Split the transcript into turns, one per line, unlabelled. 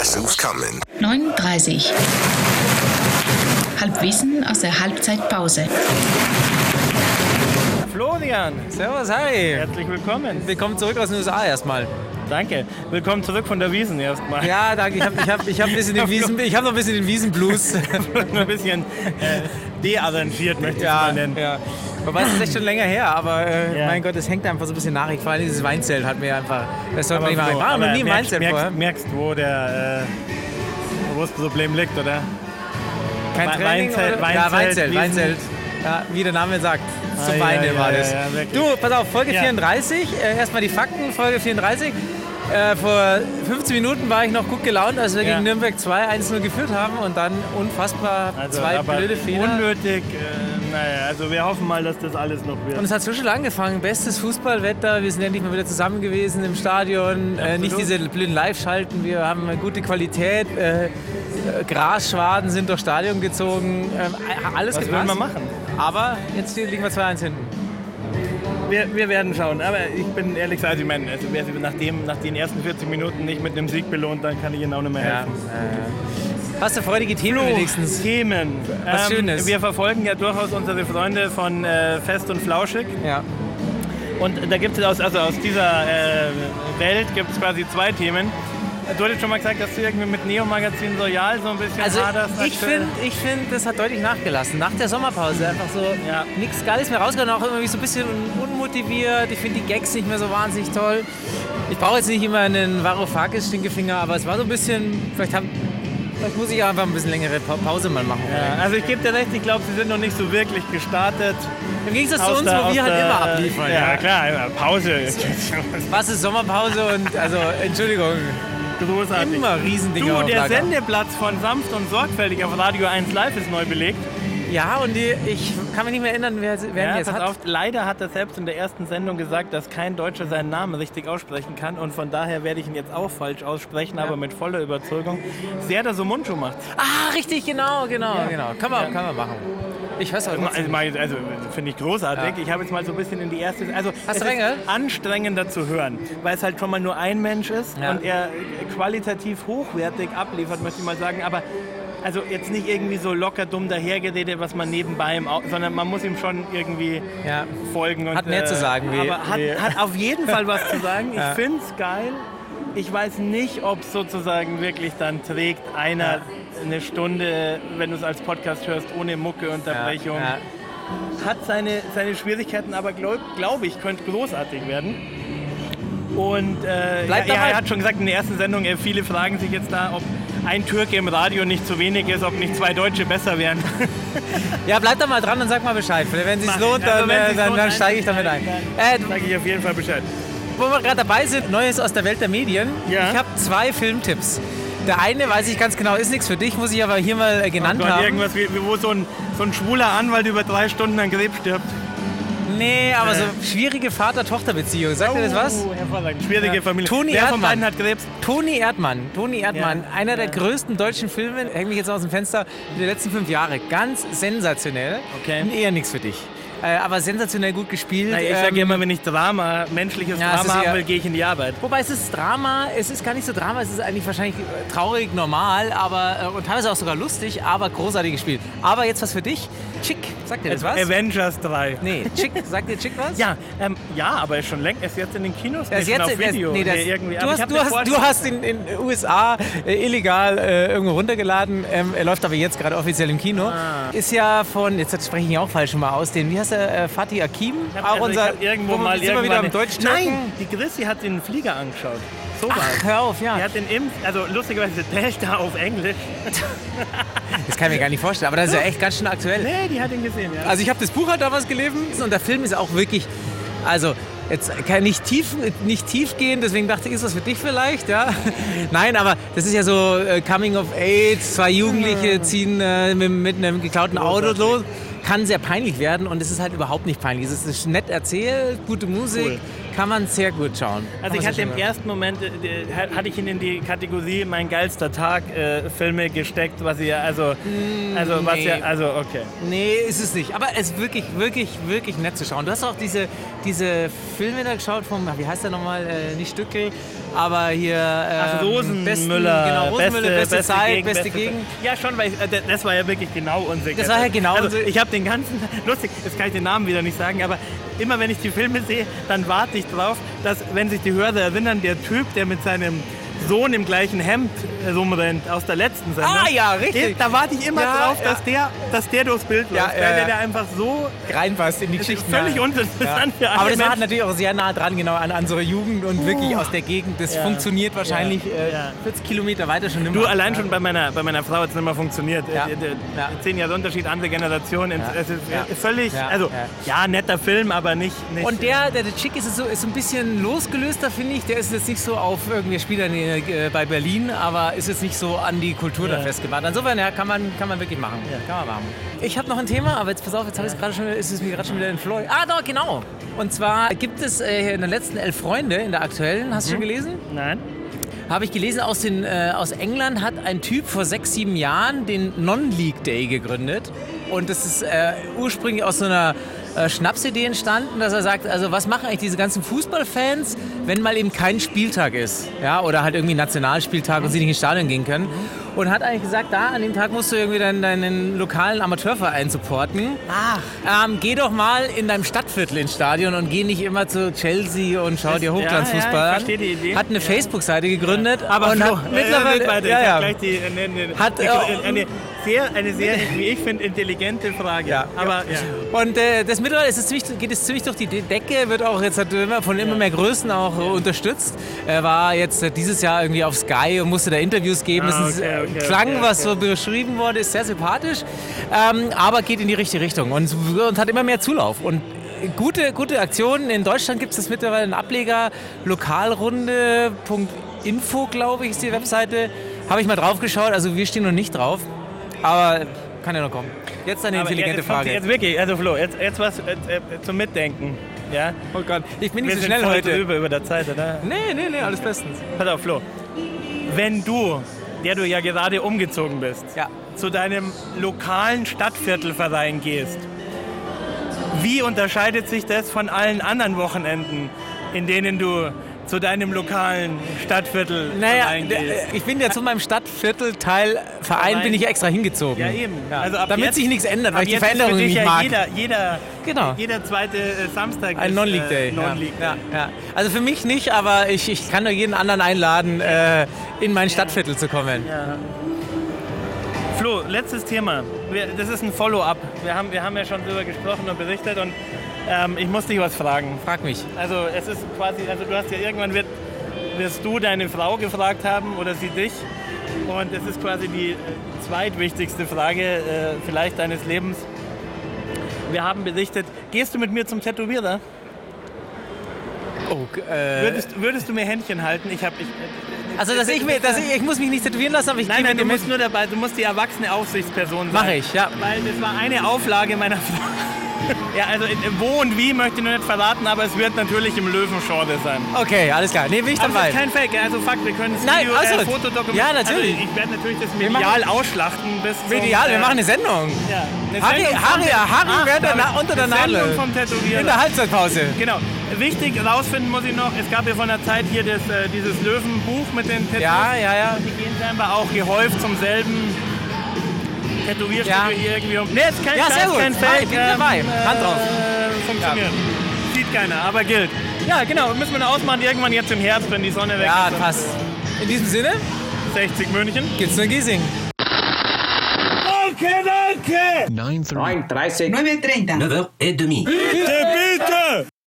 zusammen.
39. Halbwissen aus der Halbzeitpause.
Florian, servus, hi.
Herzlich willkommen.
Willkommen zurück aus den USA erstmal.
Danke. Willkommen zurück von der Wiesen erstmal.
Ja, danke. Ich habe ich hab, ich hab ein bisschen den Wiesen, ich hab noch ein bisschen den Wiesenblues.
Ein bisschen äh, deavanciert möchte ich es
Ja,
mal nennen.
ja. Wobei es ist echt schon länger her, aber äh,
Ja.
mein Gott, es hängt einfach so ein bisschen nach. Vor allem dieses Weinzelt hat mir einfach. Das sollte man nicht machen. Ich war noch nie im
merkst,
Weinzelt vorher.
merkst, merkst, wo der äh, wo das Problem liegt, oder?
Kein
Wei-
Training?
Weinzelt,
oder? ja,
Weinzelt,
Weinzelt,
Wiesen.
Weinzelt. Ja, wie der Name sagt, zum
Ah, ja,
Weinen
ja,
war
ja,
das.
ja, wirklich.
du, pass auf, Folge
Ja.
34, äh, erstmal die Fakten, Folge 34. Äh, vor 15 Minuten war ich noch gut gelaunt, als wir
Ja.
gegen Nürnberg 2 1-0 geführt haben und dann unfassbar zwei
Also, aber
blöde Fehler.
Unnötig. Äh, naja, also wir hoffen mal, dass das alles noch
Und
wird.
es hat so schon angefangen. Bestes Fußballwetter. Wir sind endlich mal wieder zusammen gewesen im Stadion. Äh, nicht diese blöden Live-Schalten. Wir haben eine gute Qualität. Äh, äh, Grasschwaden sind durchs Stadion gezogen. Ähm, a- alles
Was
gepasst.
will man machen?
Aber jetzt hier liegen wir 2-1 hinten.
Wir, wir werden schauen. Aber ich bin ehrlich gesagt, ich meine, also wer sich nach, dem, nach den ersten 40 Minuten nicht mit einem Sieg belohnt, dann kann ich Ihnen auch nicht mehr helfen.
Hast du freudige Themen
Flo,
wenigstens?
Themen. Ähm,
Was Schönes.
Wir verfolgen ja durchaus unsere Freunde von äh, Fest und Flauschig.
Ja.
Und da gibt es aus, also aus dieser äh, Welt gibt es quasi zwei Themen. Du hattest schon mal gesagt, dass du irgendwie mit Neo-Magazin Royal so ein bisschen
Also
haderst.
ich finde, ich find, das hat deutlich nachgelassen. Nach der Sommerpause einfach so
Ja.
nichts Geiles mehr rausgekommen, auch irgendwie so ein bisschen un- unmotiviert. Ich finde die Gags nicht mehr so wahnsinnig toll. Ich brauche jetzt nicht immer einen Varoufakis-Stinkefinger, aber es war so ein bisschen, vielleicht, hab, vielleicht muss ich auch einfach ein bisschen längere Pa- Pause mal machen.
ja, also ich gebe dir recht, ich glaube, sie sind noch nicht so wirklich gestartet.
Im Gegensatz zu
Aus
uns,
der-
wo
aus
wir halt
der-
immer abliefern.
Ja,
ja.
klar, ja, Pause.
Was ist Sommerpause und, also Entschuldigung,
Großartig.
immer Riesendinger
Du,
auf
der
Lager.
Sendeplatz von Sanft und Sorgfältig auf Radio 1 Live ist neu belegt.
Ja, und die, ich kann mich nicht mehr erinnern, wer, wer
Ja,
ihn jetzt
pass
hat.
auf, leider hat er selbst in der ersten Sendung gesagt, dass kein Deutscher seinen Namen richtig aussprechen kann und von daher werde ich ihn jetzt auch falsch aussprechen, aber mit voller Überzeugung. Serda Sumuncu macht.
Ah, richtig, genau, genau, genau. Kann man, kann man machen. Ich weiß auch
Also,
nicht.
mal- also finde ich großartig. Ich habe jetzt mal so ein bisschen in die erste. Also
Hast du
es
Ränge?
ist anstrengender zu hören, weil es halt schon mal nur ein Mensch ist
Ja.
und er qualitativ hochwertig abliefert, möchte ich mal sagen. Aber also jetzt nicht irgendwie so locker dumm dahergeredet, was man nebenbei im Au sondern man muss ihm schon irgendwie
Ja.
folgen. Und, äh,
Hat mehr zu sagen wie-
aber hat,
wie-
hat auf jeden Fall was zu sagen. Ich finde es geil. Ich weiß nicht, ob es sozusagen wirklich dann trägt, einer eine Stunde, wenn du es als Podcast hörst, ohne Mucke, Unterbrechung.
Ja,
Hat seine, seine Schwierigkeiten, aber glaube glaub ich, könnte großartig werden. Und äh,
Bleib
ja,
dabei.
er hat schon gesagt in der ersten Sendung, äh, viele fragen sich jetzt da, ob ein Türke im Radio nicht zu wenig ist, ob nicht zwei Deutsche besser wären.
ja, bleib da mal dran und sag mal Bescheid. Wenn es sich
Mach
lohnt,
ich. Also,
dann,
wenn es
äh,
sich
dann,
lohnt,
dann steige ich damit ein. Äh,
Sage ich auf jeden Fall Bescheid.
wo wir gerade dabei sind, Neues aus der Welt der Medien.
Ja.
Ich habe zwei Filmtipps. Der eine weiß ich ganz genau, ist nichts für dich, muss ich aber hier mal äh, genannt
Gott,
haben.
irgendwas, wie, wo so ein, so ein schwuler Anwalt über drei Stunden an Krebs stirbt.
Nee, aber so schwierige Vater-Tochter-Beziehung. Sagt dir das was?
Äh. Oh, hervorragend. Schwierige Familie.
Toni
Wer von
Erdmann.
beiden hat Krebs?
Toni Erdmann. Toni Erdmann,
Ja,
einer der größten deutschen Filme, hänge mich jetzt aus dem Fenster, der letzten fünf Jahre. Ganz sensationell.
Okay.
Eher nichts für dich. Äh, aber sensationell gut gespielt.
Na, ich
Ähm,
sage immer, wenn ich Drama, menschliches
Ja, es ist
Drama haben
eher-
will, gehe ich in die Arbeit.
Wobei es ist Drama, es ist gar nicht so Drama, es ist eigentlich wahrscheinlich äh, traurig, normal, aber äh, und teilweise auch sogar lustig, aber großartig gespielt. Aber jetzt was für dich. Chick, sagt dir das was?
Avengers 3.
Nee, Chick, sagt dir Chick was?
Äh, Ja, ähm, ja, aber ist schon längst. Er ist jetzt in den Kinos.
Er ist
nicht
jetzt,
schon auf
er ist-
Video.
nee, das,
Nee, irgendwie.
du,
Aber ich
hast,
hab
du,
eine
hast, du
Vorstellung.
hast ihn in den USA äh, illegal äh, irgendwo runtergeladen. Ähm, er läuft aber jetzt gerade offiziell im Kino.
Ah.
Ist ja von, jetzt spreche ich ihn auch falsch mal aus, den, wie heißt er, äh, Fatih Akim?
Ich hab- also, ich hab irgendwo
wo-
mal
sind wir wieder
irgendwann
am
eine-
deutschen
Nein, die Chrissy hat den Flieger angeschaut. So war's.
Ach, hör auf, ja.
Er hat den Impf, also lustigerweise Delta auf Englisch.
Das kann ich mir gar nicht vorstellen, aber das ist ja echt ganz schön aktuell.
Nee, die hat ihn gesehen, ja.
Also ich habe das Buch halt damals gelesen und der Film ist auch wirklich, also jetzt kann nicht tief, nicht tief gehen, deswegen dachte ich, ist das für dich vielleicht, ja? Nein, aber das ist ja so äh, Coming of Age, zwei Jugendliche ziehen äh, mit, mit einem geklauten Auto los, kann sehr peinlich werden und es ist halt überhaupt nicht peinlich. Es ist nett erzählt, gute Musik, kann man sehr gut schauen.
Also
Kann
ich
man
hatte
sehr
im
schön
ersten Moment, äh, äh, hat- hatte ich ihn in die Kategorie mein geilster Tag äh, Filme gesteckt, was ihr, also, also, was
nee.
ihr, also, okay.
schauen. Nee, ist es nicht. Aber es ist wirklich, wirklich, wirklich nett zu schauen. Du hast auch diese, diese Filme da geschaut vom, wie heißt der nochmal, äh, nicht Stückel, aber hier... Ähm,
Ach, Rosenmüller,
besten, genau, Rosenmüller, beste, Zeit, beste Gegend.
Ja, schon, weil ich, äh, d- das war ja wirklich genau unser.
Das war ja genau
also,
unsere-
Ich habe den ganzen, lustig, jetzt kann ich den Namen wieder nicht sagen, aber immer wenn ich die Filme sehe, dann warte ich drauf, dass, wenn sich die Hörer erinnern, der Typ, der mit seinem Sohn im gleichen Hemd äh, rumrennt, aus der letzten Sendung.
Ah, ja, richtig.
Den, da warte ich immer
Ja,
drauf,
ja.
dass, der, dass der durchs Bild
Ja,
läuft,
ja,
weil
ja.
der da einfach so
reinpasst in die
ist
Geschichten.
völlig
ja.
uninteressant für alle
Aber das war
Menschen.
natürlich auch sehr nah dran, genau, an unsere Jugend und wirklich aus der Gegend. Das
Ja.
funktioniert wahrscheinlich
Ja.
äh,
Ja.
40 Kilometer weiter schon immer.
Du, allein
Ja.
schon bei meiner, bei meiner Frau hat es nicht mehr funktioniert.
Ja.
Äh, der-
Ja.
der- Zehn Jahre Unterschied, andere Generation.
Ja.
Es ist
Ja.
äh, völlig,
Ja.
also ja. netter Film, aber nicht... nicht Äh,
Und der, der, der Chick ist so, ist so ein bisschen losgelöster, finde ich. Der ist jetzt nicht so auf irgendwie Spieler äh, bei Berlin, aber ist jetzt nicht so an die Kultur da
Ja.
festgemacht. Insofern ja, kann, man, kann man wirklich machen.
Ja.
Kann man machen. Ich habe noch ein Thema, aber jetzt pass auf, jetzt habe ich gerade schon, ist es mir gerade schon wieder entflohen. Ah, doch, genau. Und zwar gibt es äh, in der letzten Elf Freunde, in der aktuellen, hast du schon
Mhm.
gelesen?
Nein?
Habe ich gelesen, aus, den, äh, aus England hat ein Typ vor sechs, sieben Jahren den Non-League Day gegründet. Und das ist äh, ursprünglich aus so einer äh, Schnapsidee entstanden, dass er sagt, also was machen eigentlich diese ganzen Fußballfans, wenn mal eben kein Spieltag ist? Ja, oder halt irgendwie Nationalspieltag und sie nicht ins Stadion gehen können. Und hat eigentlich gesagt, da an dem Tag musst du irgendwie deinen, deinen lokalen Amateurverein supporten.
Ach.
Ähm, geh doch mal in deinem Stadtviertel ins Stadion und geh nicht immer zu Chelsea und schau
Das-
dir
ja,
Hochglanzfußball
ja, ich
an.
verstehe die Idee.
Hat eine
Ja.
Facebook-Seite gegründet, aber
Aber
und
Flo,
hat
äh, red
mittlerweile
weiter.
ja,
Ich hab
ja.
gleich die, äh, ne, ne,
Hat,
ich,
äh,
äh, eine sehr, eine sehr, wie ich finde, intelligente Frage.
Ja.
Aber ja.
und äh, das mittlerweile ist es ziemlich, geht es ziemlich durch die Decke, wird auch jetzt hat immer von immer mehr Größen auch äh, unterstützt. Er war jetzt äh, dieses Jahr irgendwie auf Sky und musste da Interviews geben.
Ah,
das ist,
okay,
äh,
okay,
klang,
okay,
was
okay.
so beschrieben wurde, ist sehr sympathisch, ähm, aber geht in die richtige Richtung und, und hat immer mehr Zulauf. Und äh, Gute, gute Aktionen. In Deutschland gibt es das mittlerweile einen Ableger lokalrunde.info, glaube ich, ist die Webseite. Habe ich mal drauf geschaut, also wir stehen noch nicht drauf, aber kann ja noch kommen. Jetzt eine
aber
intelligente
jetzt kommt
Frage.
Jetzt wirklich, also Flo, jetzt, jetzt was äh, äh, zum Mitdenken. Ja?
Oh Gott, ich bin
Wir
nicht so
sind
schnell
voll
heute.
drüber über der Zeit, oder?
Nee, nee, nee, alles bestens.
Pass auf, Flo. Wenn du, der du ja gerade umgezogen bist,
Ja.
zu deinem lokalen Stadtviertelverein gehst, wie unterscheidet sich das von allen anderen Wochenenden, in denen du zu deinem lokalen Stadtviertelverein
Naja,
gehst?
der- äh, ich bin ja zu meinem Stadtviertelteil Verein bin ich ja extra hingezogen.
Ja, eben.
Also
Also ab
Damit
jetzt-
sich nichts ändert, weil
Ab
ich die
jetzt ist für
Veränderungen
dich
nicht
ja
mag.
Jeder, jeder,
Genau.
jeder zweite äh, Samstag
Ein
ist,
Non-League Day.
äh, Non-League
ja.
Day.
Ja, ja. Also für mich nicht, aber ich, ich kann nur jeden anderen einladen, äh, in mein Stadtviertel zu kommen.
Ja. Flo, letztes Thema. Wir, das ist ein Follow-up. Wir haben, wir haben ja schon darüber gesprochen und berichtet und ähm, ich muss dich was fragen.
Frag mich.
Also es ist quasi, also du hast ja irgendwann wird, wirst du deine Frau gefragt haben oder sie dich und es ist quasi die äh, zweitwichtigste Frage äh, vielleicht deines Lebens. Wir haben berichtet, gehst du mit mir zum Tätowierer?
Oh, äh,
Würdest, würdest du mir Händchen halten? Ich habe ich,
also dass ich, mir, dass ich, ich muss mich nicht tätowieren lassen, aber ich
Nein, nein,
gehe mit
du
dir mit.
musst nur dabei, du musst die erwachsene Aufsichtsperson sein.
Mach ich, ja.
Weil das war eine Auflage meiner Frau. Ja, also in- wo und wie möchte ich noch nicht verraten, aber es wird natürlich im Löwenschorde sein.
Okay, alles klar. Nee, bin ich
Aber es ist
dabei.
kein Fake, also Fakt, wir können das
Nein,
Video,
also,
äh, Fotodokument...
ja, natürlich.
Also ich werde natürlich das
machen-
medial ausschlachten bis zum...
Medial, wir
äh,
machen eine Sendung.
Ja, eine
Harry,
Sendung
Harry,
vom-
Harry
Ach,
während der
damit-
Na- unter der
eine Sendung
Nadel.
vom Tätowierer.
In der Halbzeitpause.
Genau. Wichtig, rausfinden muss ich noch, es gab ja von der Zeit hier das, äh, dieses Löwenbuch mit den Tattoos.
Ja, ja, ja.
Die gehen scheinbar auch gehäuft zum selben Tätowierstudio
Ja.
hier irgendwie um. Nee, ist kein
Ja,
Scheiß,
sehr gut.
kein
Hi,
Fake.
ich bin dabei. Hand drauf.
Äh, funktioniert. Sieht keiner, aber gilt. Ja, genau. Müssen wir noch ausmachen, irgendwann jetzt im Herbst, wenn die Sonne weg
Ja,
ist.
passt. In diesem Sinne
60 München.
gibt's nur Giesing.
Danke, danke!
9 through
9.30.
et demi.
Bitte, bitte!